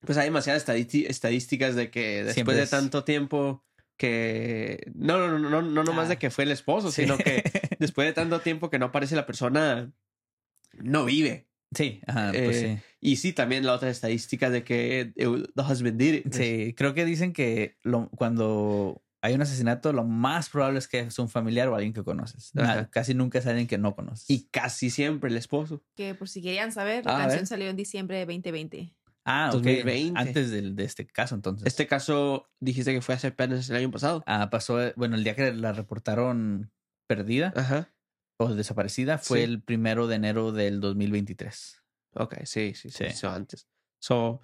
Speaker 2: pues hay demasiadas estadisti- estadísticas de que después
Speaker 1: Siempre
Speaker 2: de
Speaker 1: es-
Speaker 2: tanto tiempo que no no no no no nomás
Speaker 1: Ah.
Speaker 2: de que fue el esposo,
Speaker 1: Sí.
Speaker 2: sino que después de tanto tiempo que no aparece la persona no vive.
Speaker 1: Sí, ajá, pues
Speaker 2: Eh,
Speaker 1: sí.
Speaker 2: Y sí también la otra estadística de que eh, the husband did it. pues,
Speaker 1: Sí, creo que dicen que lo- cuando hay un asesinato, lo más probable es que es un familiar o alguien que conoces. Na-
Speaker 2: Ajá.
Speaker 1: casi nunca es alguien que no conoces.
Speaker 2: Y casi siempre el esposo.
Speaker 5: Que por si querían saber, la
Speaker 2: Ah, A
Speaker 5: canción
Speaker 2: ver.
Speaker 5: salió en diciembre de 2020.
Speaker 1: ah, ok.
Speaker 2: 2020.
Speaker 1: Antes del- de este caso, entonces.
Speaker 2: Este caso dijiste que fue hace apenas el año pasado.
Speaker 1: Ah, pasó, eh, bueno, el día que la reportaron perdida
Speaker 2: Ajá.
Speaker 1: o desaparecida fue
Speaker 2: Ah. Sí.
Speaker 1: el primero de enero del 2023.
Speaker 2: Ok, sí, sí, sí.
Speaker 1: Sí.
Speaker 2: so antes. So,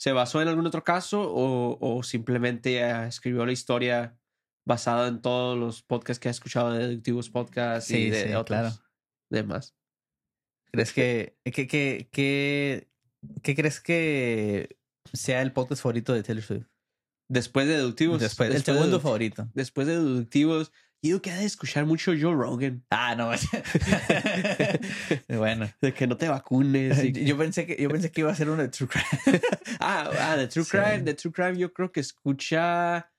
Speaker 2: ¿Se basó en algún otro caso o, o simplemente eh, escribió la historia basada en todos los podcasts que ha escuchado de Deductivos Podcast y
Speaker 1: Sí,
Speaker 2: de
Speaker 1: sí,
Speaker 2: otros
Speaker 1: claro.
Speaker 2: demás?
Speaker 1: ¿Crees que, que, que, que- qué crees que sea el podcast favorito de Taylor Swift?
Speaker 2: Después de Deductivos.
Speaker 1: Después, el
Speaker 2: de
Speaker 1: segundo
Speaker 2: Deduct-
Speaker 1: favorito.
Speaker 2: Después de Deductivos, yo que ha de escuchar mucho Joe Rogan.
Speaker 1: Ah, no. bueno.
Speaker 2: De que no te vacunes. y-
Speaker 1: Yo pensé que yo pensé que iba a ser uno de True Crime.
Speaker 2: ah, ah, de True
Speaker 1: Sí.
Speaker 2: Crime. De True Crime yo creo que escucha...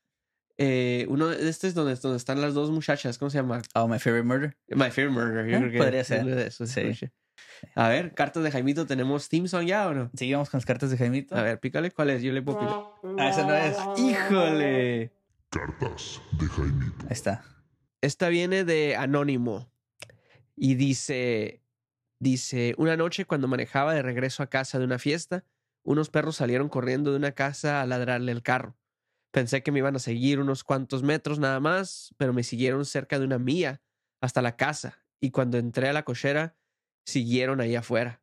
Speaker 2: eh, uno de este es donde, donde están las dos muchachas. ¿Cómo se llama?
Speaker 1: Oh, My Favorite Murder.
Speaker 2: My Favorite Murder, yo
Speaker 1: Ah,
Speaker 2: creo que
Speaker 1: podría ser.
Speaker 2: uno de esos,
Speaker 1: Sí.
Speaker 2: escuche. A ver, cartas de Jaimito, ¿tenemos Team Song ya o no?
Speaker 1: Sí, vamos con las cartas de Jaimito.
Speaker 2: A ver, pícale cuál es, yo le puedo picar.
Speaker 1: Ah, esa no es. Ahí
Speaker 2: ¡Híjole!
Speaker 1: está.
Speaker 2: Esta viene de Anónimo y dice, dice, una noche cuando manejaba de regreso a casa de una fiesta, unos perros salieron corriendo de una casa a ladrarle el carro. Pensé que me iban a seguir unos cuantos metros nada más, pero me siguieron cerca de una mía hasta la casa y cuando entré a la cochera, siguieron ahí afuera.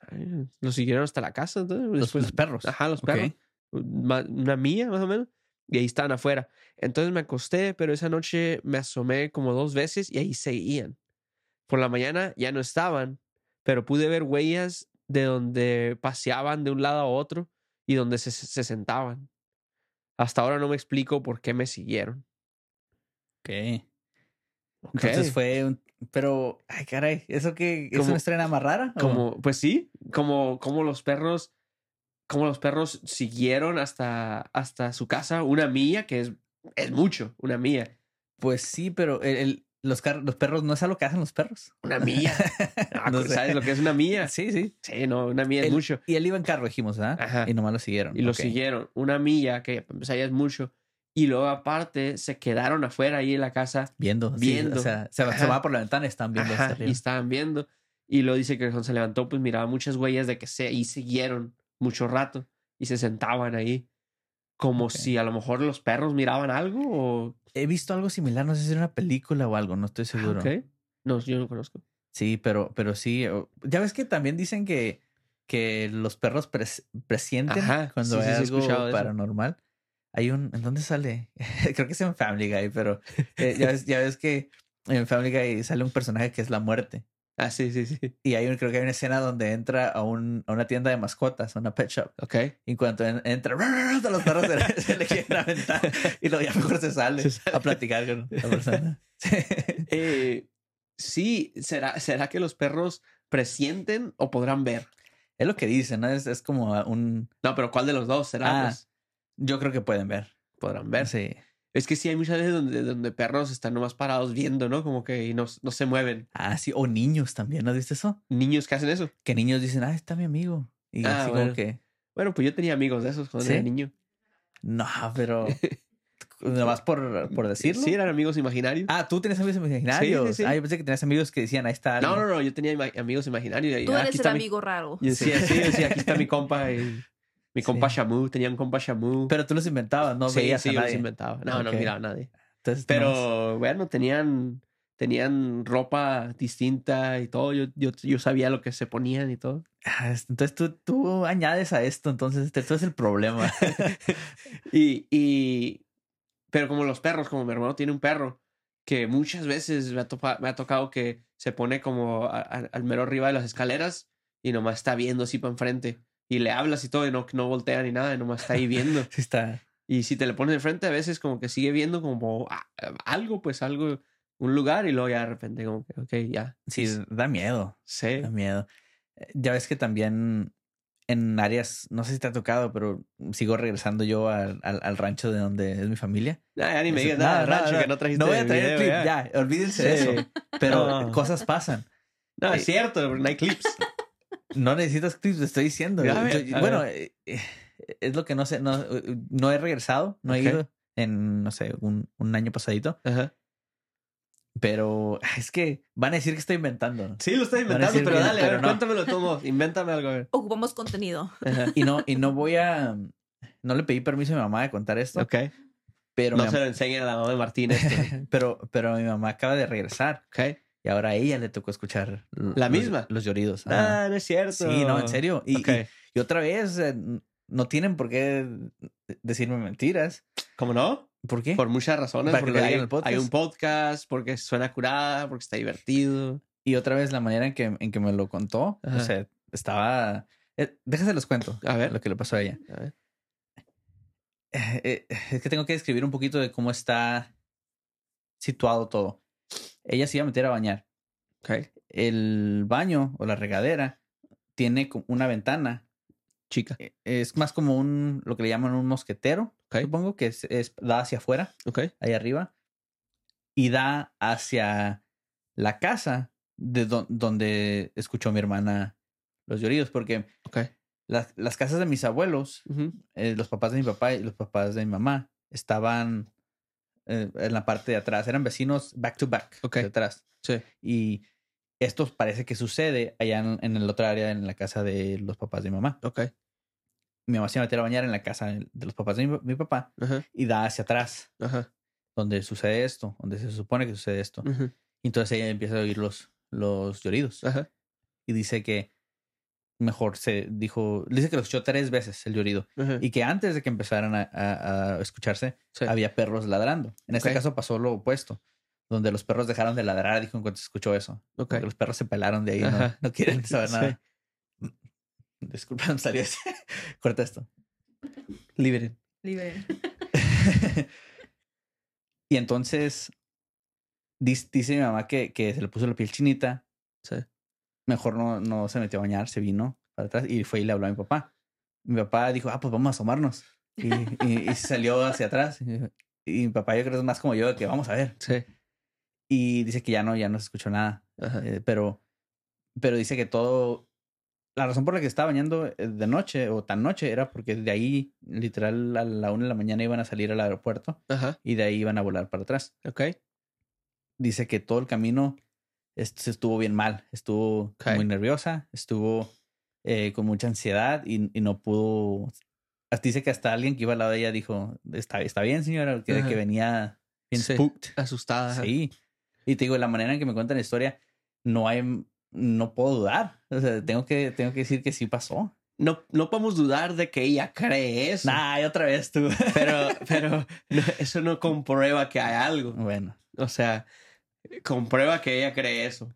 Speaker 2: Ay, Los siguieron hasta la casa, entonces,
Speaker 1: Los,
Speaker 2: después-
Speaker 1: los perros.
Speaker 2: Ajá, los
Speaker 1: Ok.
Speaker 2: perros. ma- Una mía, más o menos. Y ahí estaban afuera. Entonces me acosté, pero esa noche me asomé como dos veces y ahí seguían. Por la mañana ya no estaban, pero pude ver huellas de donde paseaban de un lado a otro y donde se, se sentaban. Hasta ahora no me explico por qué me siguieron.
Speaker 1: Ok. Entonces
Speaker 2: Ok.
Speaker 1: fue un. Pero, ay, caray, ¿eso que ¿Es
Speaker 2: Como-
Speaker 1: una estrena más rara? o-
Speaker 2: Como, pues sí, como, como los perros, como los perros siguieron hasta, hasta su casa una milla, que es, es mucho, una milla.
Speaker 1: Pues sí, pero el- el- los, car- los perros no es algo que hacen los perros.
Speaker 2: Una milla. Ah,
Speaker 1: No
Speaker 2: pues,
Speaker 1: sé.
Speaker 2: ¿Sabes lo que es una milla?
Speaker 1: Sí, sí.
Speaker 2: Sí, no, una milla es
Speaker 1: El-
Speaker 2: mucho.
Speaker 1: Y él iba en carro, dijimos, ¿verdad?
Speaker 2: Ajá.
Speaker 1: Y nomás lo siguieron.
Speaker 2: Y lo
Speaker 1: Ok.
Speaker 2: siguieron. Una milla, que pues, ya es mucho. Y luego, aparte, se quedaron afuera ahí en la casa.
Speaker 1: Viendo. sí,
Speaker 2: Viendo.
Speaker 1: o sea, se
Speaker 2: Ajá.
Speaker 1: se va por la ventana y están viendo
Speaker 2: Ajá,
Speaker 1: hasta
Speaker 2: y
Speaker 1: arriba.
Speaker 2: estaban viendo. Y luego dice que cuando se levantó, pues miraba muchas huellas de que se y siguieron mucho rato. Y se sentaban ahí. Como
Speaker 1: Ok.
Speaker 2: si a lo mejor los perros miraban algo o...
Speaker 1: He visto algo similar, no sé si era una película o algo, no estoy
Speaker 2: Ah,
Speaker 1: seguro.
Speaker 2: ok. No, yo no conozco.
Speaker 1: Sí, pero, pero sí. o- Ya ves que también dicen que, que los perros pres- presienten
Speaker 2: Ajá,
Speaker 1: cuando
Speaker 2: sí, sí,
Speaker 1: hay
Speaker 2: sí, he escuchado
Speaker 1: algo
Speaker 2: eso.
Speaker 1: paranormal. Hay un. ¿En dónde sale? Creo que es en Family Guy, pero eh, ya, ves, ya ves que en Family Guy sale un personaje que es la muerte.
Speaker 2: Ah, sí, sí, sí.
Speaker 1: Y hay un, creo que hay una escena donde entra a, un- a una tienda de mascotas, a una pet shop.
Speaker 2: Ok.
Speaker 1: Y en cuanto en- entra, a los perros se, le- se le quieren aventar. Y luego ya mejor se sale,
Speaker 2: Se sale.
Speaker 1: a platicar con la persona.
Speaker 2: Eh, sí, ¿será, ¿será que los perros presienten o podrán ver?
Speaker 1: Es lo que dicen, ¿no? Es, es como un.
Speaker 2: No, pero ¿cuál de los dos será?
Speaker 1: Ah.
Speaker 2: pues?
Speaker 1: Yo creo que pueden ver.
Speaker 2: podrán ver.
Speaker 1: Sí.
Speaker 2: Es que sí, hay muchas veces donde, donde perros están nomás parados viendo, ¿no? Como que y no, no se mueven.
Speaker 1: Ah, sí. O niños también, ¿no viste eso?
Speaker 2: Niños que hacen eso.
Speaker 1: Que niños dicen, ah, está mi amigo. Y
Speaker 2: Ah,
Speaker 1: así
Speaker 2: bueno.
Speaker 1: como que,
Speaker 2: Bueno, pues yo tenía amigos de esos cuando
Speaker 1: ¿Sí?
Speaker 2: era niño.
Speaker 1: no, pero. Nomás por, por decirlo.
Speaker 2: Sí, eran amigos imaginarios.
Speaker 1: Ah, tú tienes amigos imaginarios.
Speaker 2: Sí, sí, sí.
Speaker 1: Ah, yo pensé que tenías amigos que decían, ahí está.
Speaker 2: no,
Speaker 1: alguien".
Speaker 2: no, no, yo tenía ima- amigos imaginarios. y,
Speaker 5: Tú
Speaker 2: ah,
Speaker 5: eres
Speaker 2: aquí
Speaker 5: el
Speaker 2: está mi-
Speaker 5: amigo raro.
Speaker 2: Y decía,
Speaker 1: Sí.
Speaker 2: sí, decía, aquí está mi compa. y- mi compa
Speaker 1: Sí.
Speaker 2: Shamu, tenía un compa Shamu.
Speaker 1: Pero tú los inventabas, no
Speaker 2: sí,
Speaker 1: veías
Speaker 2: sí,
Speaker 1: a
Speaker 2: yo los
Speaker 1: nadie.
Speaker 2: inventaba. No, no
Speaker 1: Ok.
Speaker 2: miraba a nadie.
Speaker 1: Entonces,
Speaker 2: Pero
Speaker 1: nomás-
Speaker 2: bueno, tenían, tenían ropa distinta y todo. Yo, yo, yo sabía lo que se ponían y todo.
Speaker 1: Ah, es- entonces tú, tú añades a esto, entonces este, tú es el problema.
Speaker 2: Y, y, pero como los perros, como mi hermano tiene un perro, que muchas veces me ha, topa- me ha tocado que se pone como a- a- al mero arriba de las escaleras y nomás está viendo así para enfrente. Y le hablas y todo, y no, no voltea ni nada, y nomás está ahí viendo.
Speaker 1: Sí está.
Speaker 2: Y si te le pones de frente, a veces como que sigue viendo como a- algo, pues algo, un lugar, y luego ya de repente como que, ok, ya.
Speaker 1: Sí, da miedo.
Speaker 2: Sí.
Speaker 1: Da miedo. Eh, Ya ves que también en áreas, no sé si te ha tocado, pero sigo regresando yo al, al- al rancho de donde es mi familia.
Speaker 2: Nah, ya ni me
Speaker 1: Eso-
Speaker 2: digas nada,
Speaker 1: no,
Speaker 2: de
Speaker 1: no,
Speaker 2: rancho
Speaker 1: no.
Speaker 2: que no trajiste.
Speaker 1: No voy
Speaker 2: de
Speaker 1: a traer el
Speaker 2: video,
Speaker 1: clip,
Speaker 2: ya.
Speaker 1: ya, olvídense de
Speaker 2: Sí.
Speaker 1: eso. Pero
Speaker 2: No.
Speaker 1: cosas pasan.
Speaker 2: No, es cierto, pero no hay clips.
Speaker 1: No necesitas clips, te estoy diciendo.
Speaker 2: A ver,
Speaker 1: Yo-
Speaker 2: a
Speaker 1: bueno, eh, eh, es lo que no sé, no, eh, no he regresado, no
Speaker 2: Ok.
Speaker 1: he ido en, no sé, un, un año pasadito,
Speaker 2: Ajá.
Speaker 1: pero ah, es que van a decir que estoy inventando. ¿no?
Speaker 2: Sí, lo estoy
Speaker 1: Van a
Speaker 2: inventando,
Speaker 1: decir
Speaker 2: pero
Speaker 1: que-
Speaker 2: dale, a
Speaker 1: pero
Speaker 2: ver,
Speaker 1: no.
Speaker 2: cuéntamelo tú, Mo. Invéntame algo, a ver.
Speaker 5: Ocupamos contenido.
Speaker 2: Ajá.
Speaker 1: Y no, y no voy a, no le pedí permiso a mi mamá de contar esto,
Speaker 2: Ok.
Speaker 1: pero,
Speaker 2: No
Speaker 1: mi
Speaker 2: se lo enseñen a la mamá de Martín esto.
Speaker 1: am- pero, pero mi mamá acaba de regresar
Speaker 2: Ok.
Speaker 1: y ahora a ella le tocó escuchar l-
Speaker 2: ¿La
Speaker 1: los-
Speaker 2: misma?
Speaker 1: los, lloridos. Ajá.
Speaker 2: Ah, no es cierto.
Speaker 1: Sí, no, en serio. Y,
Speaker 2: Ok.
Speaker 1: y- y otra vez, eh, n- no tienen por qué decirme mentiras.
Speaker 2: ¿Cómo no?
Speaker 1: ¿Por qué?
Speaker 2: Por muchas razones.
Speaker 1: Para que
Speaker 2: porque
Speaker 1: lo
Speaker 2: hay,
Speaker 1: digan en el podcast.
Speaker 2: hay un podcast, porque suena curada, porque está divertido.
Speaker 1: Y otra vez la manera en que, en que me lo contó,
Speaker 2: Ajá.
Speaker 1: o sea, estaba... eh, déjase los cuento
Speaker 2: A ver.
Speaker 1: lo que le pasó a ella.
Speaker 2: A ver.
Speaker 1: Eh, eh, es que tengo que describir un poquito de cómo está situado todo. Ella se iba a meter a bañar.
Speaker 2: Ok.
Speaker 1: El baño o la regadera tiene como una ventana.
Speaker 2: Chica.
Speaker 1: Eh, Es más como un, lo que le llaman un mosquetero,
Speaker 2: Ok.
Speaker 1: supongo, que es, es- da hacia afuera,
Speaker 2: Ok.
Speaker 1: ahí arriba, y da hacia la casa de don- donde escuchó mi hermana los lloridos, porque
Speaker 2: Ok.
Speaker 1: las, las casas de mis abuelos
Speaker 2: Ujú.
Speaker 1: eh, los papás de mi papá y los papás de mi mamá estaban eh, en la parte de atrás, eran vecinos back to back
Speaker 2: Ok.
Speaker 1: de atrás.
Speaker 2: Sí.
Speaker 1: Y esto parece que sucede allá en, en el otro área, en la casa de los papás de mi mamá.
Speaker 2: Ok.
Speaker 1: Mi mamá se iba a meter a bañar en la casa de los papás de mi, mi papá
Speaker 2: Ajá.
Speaker 1: y da hacia atrás,
Speaker 2: Ajá.
Speaker 1: donde sucede esto, donde se supone que sucede esto.
Speaker 2: Ujú.
Speaker 1: Y entonces ella empieza a oír los, los lloridos
Speaker 2: Ajá.
Speaker 1: y dice que mejor se dijo, dice que lo escuchó tres veces el llorido
Speaker 2: Ajá.
Speaker 1: y que antes de que empezaran a- a- a escucharse,
Speaker 2: Sí.
Speaker 1: había perros ladrando. En este
Speaker 2: Ok.
Speaker 1: caso pasó lo opuesto, donde los perros dejaron de ladrar, dijo en cuanto se escuchó eso.
Speaker 2: Ok.
Speaker 1: Porque Los perros se pelaron de ahí, no,
Speaker 2: Ajá.
Speaker 1: no quieren saber
Speaker 2: Sí.
Speaker 1: nada. Disculpa, no salió ese. Corta esto.
Speaker 2: Libre.
Speaker 5: Libre.
Speaker 1: y entonces dis- dice mi mamá que, que se le puso la piel chinita.
Speaker 2: Sí.
Speaker 1: Mejor no, no se metió a bañar, se vino para atrás y fue y le habló a mi papá. Mi papá dijo, ah, pues vamos a asomarnos. Y, y- y salió hacia atrás. Y, mi papá, yo creo que es más como yo, de que vamos a ver.
Speaker 2: Sí.
Speaker 1: Y dice que ya no, ya no se escuchó nada.
Speaker 2: Ajá.
Speaker 1: Eh, pero, pero dice que todo. La razón por la que estaba bañando eh, de noche o tan noche era porque de ahí, literal, a la una de la mañana iban a salir al aeropuerto
Speaker 2: Ajá.
Speaker 1: y de ahí iban a volar para atrás.
Speaker 2: Ok.
Speaker 1: Dice que todo el camino es- se estuvo bien mal. Estuvo
Speaker 2: Ok.
Speaker 1: muy nerviosa, estuvo eh, con mucha ansiedad y, y no pudo Hasta dice que hasta alguien que iba al lado de ella dijo, está, está bien, señora, que,
Speaker 2: Ajá.
Speaker 1: que venía bien
Speaker 2: Sí.
Speaker 1: spooked.
Speaker 2: Asustada.
Speaker 1: Sí. Y te digo, la manera en que me cuentan la historia, no hay, no puedo dudar. O sea, tengo que, tengo que decir que sí pasó.
Speaker 2: No, no podemos dudar de que ella cree eso.
Speaker 1: Nah, y otra vez tú.
Speaker 2: Pero, pero no, eso no comprueba que hay algo.
Speaker 1: bueno,
Speaker 2: O sea, comprueba que ella cree eso.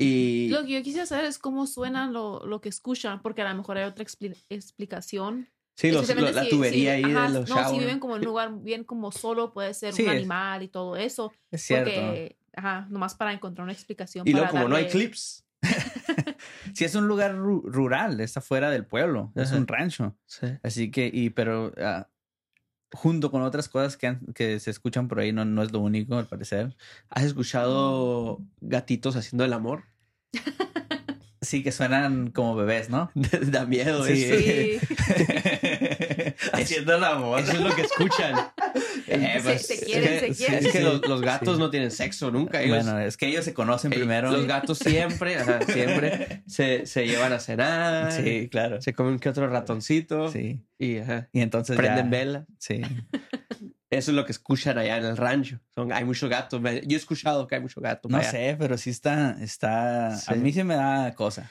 Speaker 2: Y
Speaker 5: Lo que yo quisiera saber es cómo suena lo, lo que escuchan, porque a lo mejor hay otra expli- explicación.
Speaker 2: sí, los-
Speaker 5: Especialmente
Speaker 2: lo- la
Speaker 5: si-
Speaker 2: tubería
Speaker 5: si-
Speaker 2: ahí
Speaker 5: ajá,
Speaker 2: de los
Speaker 5: No, si
Speaker 2: shower.
Speaker 5: viven como en un lugar bien como solo, puede ser
Speaker 1: Sí,
Speaker 5: un
Speaker 1: es-
Speaker 5: animal y todo eso.
Speaker 1: es cierto.
Speaker 5: Porque, ajá, nomás para encontrar una explicación.
Speaker 2: Y
Speaker 5: para
Speaker 2: luego, como no hay
Speaker 5: darle-
Speaker 2: clips.
Speaker 1: Si es un lugar ru- rural, está fuera del pueblo, es
Speaker 2: Ajá.
Speaker 1: un rancho.
Speaker 2: Sí.
Speaker 1: Así que, y pero ah, junto con otras cosas que, han- que se escuchan por ahí, no, no es lo único, al parecer.
Speaker 2: ¿Has
Speaker 5: Mm.
Speaker 2: escuchado gatitos haciendo el amor?
Speaker 1: Sí, que suenan como bebés, ¿no?
Speaker 2: da miedo. ¿eh?
Speaker 1: Sí.
Speaker 2: eso.
Speaker 5: Sí.
Speaker 1: Haciendo la amor.
Speaker 2: Eso es lo que escuchan.
Speaker 5: Se- se quieren,
Speaker 2: Eh, pues, es que,
Speaker 5: se quieren.
Speaker 2: es que los, los gatos
Speaker 1: Sí.
Speaker 2: no tienen sexo nunca. Ellos,
Speaker 1: Bueno, es que ellos se conocen
Speaker 2: eh,
Speaker 1: primero.
Speaker 2: Los gatos siempre, ajá, siempre se, se llevan a cenar.
Speaker 1: Sí, claro.
Speaker 2: Se comen que otro ratoncito.
Speaker 1: Sí.
Speaker 2: Y ajá,
Speaker 1: Y entonces ya-
Speaker 2: prenden vela.
Speaker 1: Sí.
Speaker 2: Eso es lo que escuchan allá en el rancho. Son, hay muchos gatos. Me- Yo he escuchado que hay mucho gato.
Speaker 1: No
Speaker 2: para allá.
Speaker 1: sé, pero sí está, está.
Speaker 2: Sí.
Speaker 1: A mí se me da cosa.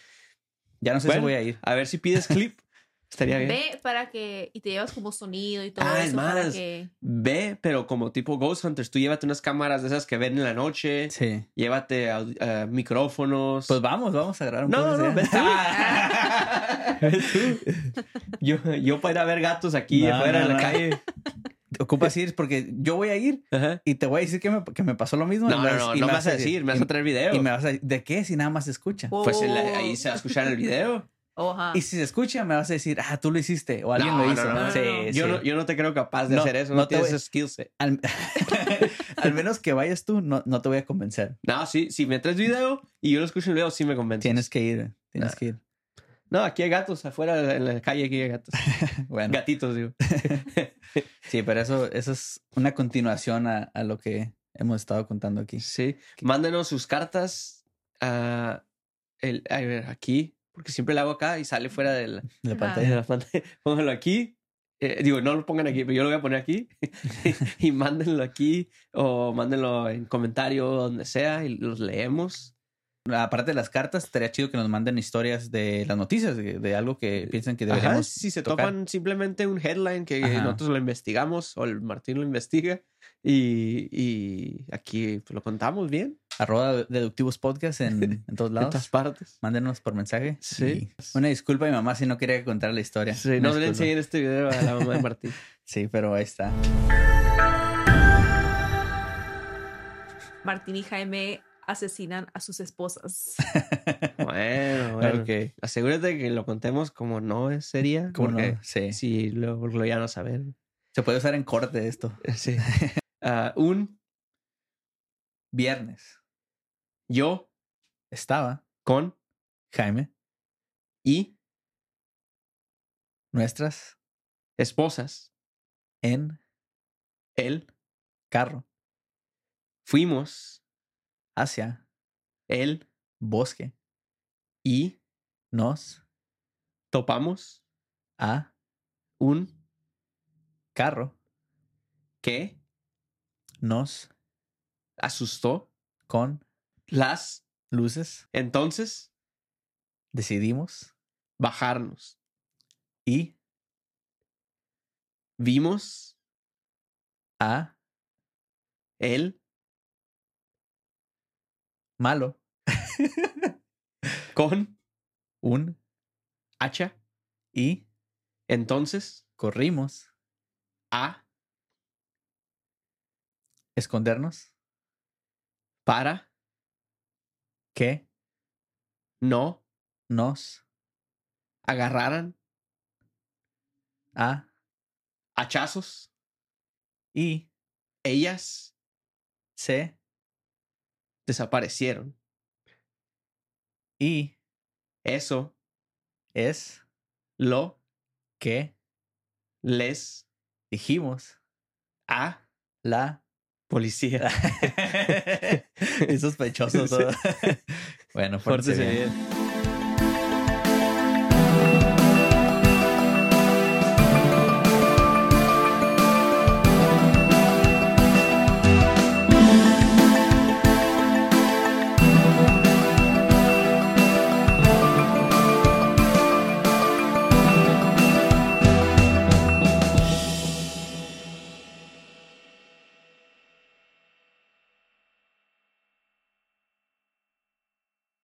Speaker 1: Ya no sé si
Speaker 2: Bueno.
Speaker 1: voy a ir.
Speaker 2: A ver si pides clip. Estaría bien. Ve,
Speaker 5: Ve para que. Y te llevas como sonido y todo
Speaker 2: Ah, es
Speaker 5: eso. Para
Speaker 2: más.
Speaker 5: que,
Speaker 2: pero como tipo Ghost Hunters, tú llévate unas cámaras de esas que ven en la noche.
Speaker 1: Sí.
Speaker 2: Llévate aud- eh, micrófonos.
Speaker 1: Pues vamos, vamos a grabar un
Speaker 2: No,
Speaker 1: podcast
Speaker 2: no,
Speaker 1: ya.
Speaker 2: ves tú.
Speaker 1: ¿eh?
Speaker 2: yo, yo para ir a ver gatos aquí
Speaker 1: No,
Speaker 2: afuera
Speaker 1: no,
Speaker 2: en la
Speaker 1: no.
Speaker 2: calle.
Speaker 1: Ocupas ir porque yo voy a ir
Speaker 2: Ajá.
Speaker 1: y te voy a decir que me, que me pasó lo mismo.
Speaker 2: No, no,
Speaker 1: y me-
Speaker 2: no,
Speaker 1: y
Speaker 2: no me vas a decir, me vas a traer video.
Speaker 1: Y me vas a ¿de qué? Si nada más se escucha.
Speaker 2: Pues el-
Speaker 5: Oh.
Speaker 2: ahí se va a escuchar el video.
Speaker 5: Oh, ajá.
Speaker 1: Y si se escucha, me vas a decir, ah, tú lo hiciste o alguien lo
Speaker 2: No, no,
Speaker 1: hizo.
Speaker 2: no,
Speaker 5: no,
Speaker 1: Sí,
Speaker 5: no.
Speaker 1: sí.
Speaker 2: Yo, no, yo no te creo capaz de
Speaker 1: No,
Speaker 2: hacer eso,
Speaker 1: no
Speaker 2: no,
Speaker 1: te
Speaker 2: tienes
Speaker 1: voy-
Speaker 2: ese skill set.
Speaker 1: Al... al menos que vayas tú, no, no te voy a convencer.
Speaker 2: No, sí, si me traes video y yo lo escucho en video, sí me convence.
Speaker 1: Tienes que ir, tienes que ir.
Speaker 2: No, aquí hay gatos, afuera en la calle aquí hay gatos.
Speaker 1: Bueno,
Speaker 2: Gatitos, digo.
Speaker 1: sí, pero eso, eso es una continuación a, a lo que hemos estado contando aquí.
Speaker 2: Sí. Mándenos sus cartas a, el, a ver, aquí, porque siempre la hago acá y sale fuera de la,
Speaker 1: La
Speaker 5: Ajá.
Speaker 1: pantalla.
Speaker 2: de la pantalla. Pónganlo aquí. Eh, digo, no lo pongan aquí, pero yo lo voy a poner aquí. y mándenlo aquí o mándenlo en comentario, donde sea, y los leemos.
Speaker 1: Aparte de las cartas, estaría chido que nos manden historias de las noticias, de, de algo que piensan que
Speaker 2: Ajá,
Speaker 1: deberíamos.
Speaker 2: si se
Speaker 1: tocar.
Speaker 2: topan simplemente un headline que
Speaker 1: Ajá.
Speaker 2: nosotros lo investigamos o el Martín lo investiga y, y aquí pues, lo contamos bien
Speaker 1: Arroba deductivos podcast en, en todos
Speaker 2: en todas
Speaker 1: lados.
Speaker 2: partes.
Speaker 1: Mándenos por mensaje.
Speaker 2: Sí.
Speaker 1: Y Una disculpa a mi mamá si no quería contar la historia.
Speaker 2: Sí,
Speaker 1: Una
Speaker 2: no le
Speaker 1: disculpa.
Speaker 2: enseñen este video a la mamá de Martín.
Speaker 1: Sí, pero ahí está.
Speaker 5: Martín y Jaime asesinan a sus esposas.
Speaker 2: Bueno, bueno.
Speaker 1: Ok.
Speaker 2: Asegúrate que lo contemos como no es- sería.
Speaker 1: ¿Cómo
Speaker 2: porque
Speaker 1: no? Sí.
Speaker 2: Si lo, lo ya no saber.
Speaker 1: Se puede usar en corte esto.
Speaker 2: Sí. Ah, un
Speaker 1: Viernes.
Speaker 2: yo
Speaker 1: Estaba
Speaker 2: con
Speaker 1: Jaime,
Speaker 2: y
Speaker 1: nuestras,
Speaker 2: esposas,
Speaker 1: en
Speaker 2: él,
Speaker 1: carro
Speaker 2: fuimos,
Speaker 1: hacia
Speaker 2: él
Speaker 1: bosque.
Speaker 2: y
Speaker 1: Nos
Speaker 2: topamos
Speaker 1: a
Speaker 2: un
Speaker 1: carro.
Speaker 2: que
Speaker 1: Nos
Speaker 2: asustó
Speaker 1: con
Speaker 2: las.
Speaker 1: luces.
Speaker 2: Entonces,
Speaker 1: Decidimos
Speaker 2: bajarnos.
Speaker 1: y
Speaker 2: Vimos
Speaker 1: a
Speaker 2: el
Speaker 1: malo
Speaker 2: con
Speaker 1: un
Speaker 2: hacha.
Speaker 1: y
Speaker 2: Entonces,
Speaker 1: corrimos
Speaker 2: a
Speaker 1: escondernos
Speaker 2: para
Speaker 1: que
Speaker 2: no
Speaker 1: nos
Speaker 2: agarraran
Speaker 1: a
Speaker 2: hachazos.
Speaker 1: y
Speaker 2: Ellas
Speaker 1: se
Speaker 2: desaparecieron.
Speaker 1: y
Speaker 2: Eso
Speaker 1: es
Speaker 2: lo
Speaker 1: que
Speaker 2: les
Speaker 1: dijimos
Speaker 2: a
Speaker 1: la
Speaker 2: policía.
Speaker 1: Es sospechoso todo. bueno,
Speaker 2: Pórtese
Speaker 1: fuerte.
Speaker 2: bien.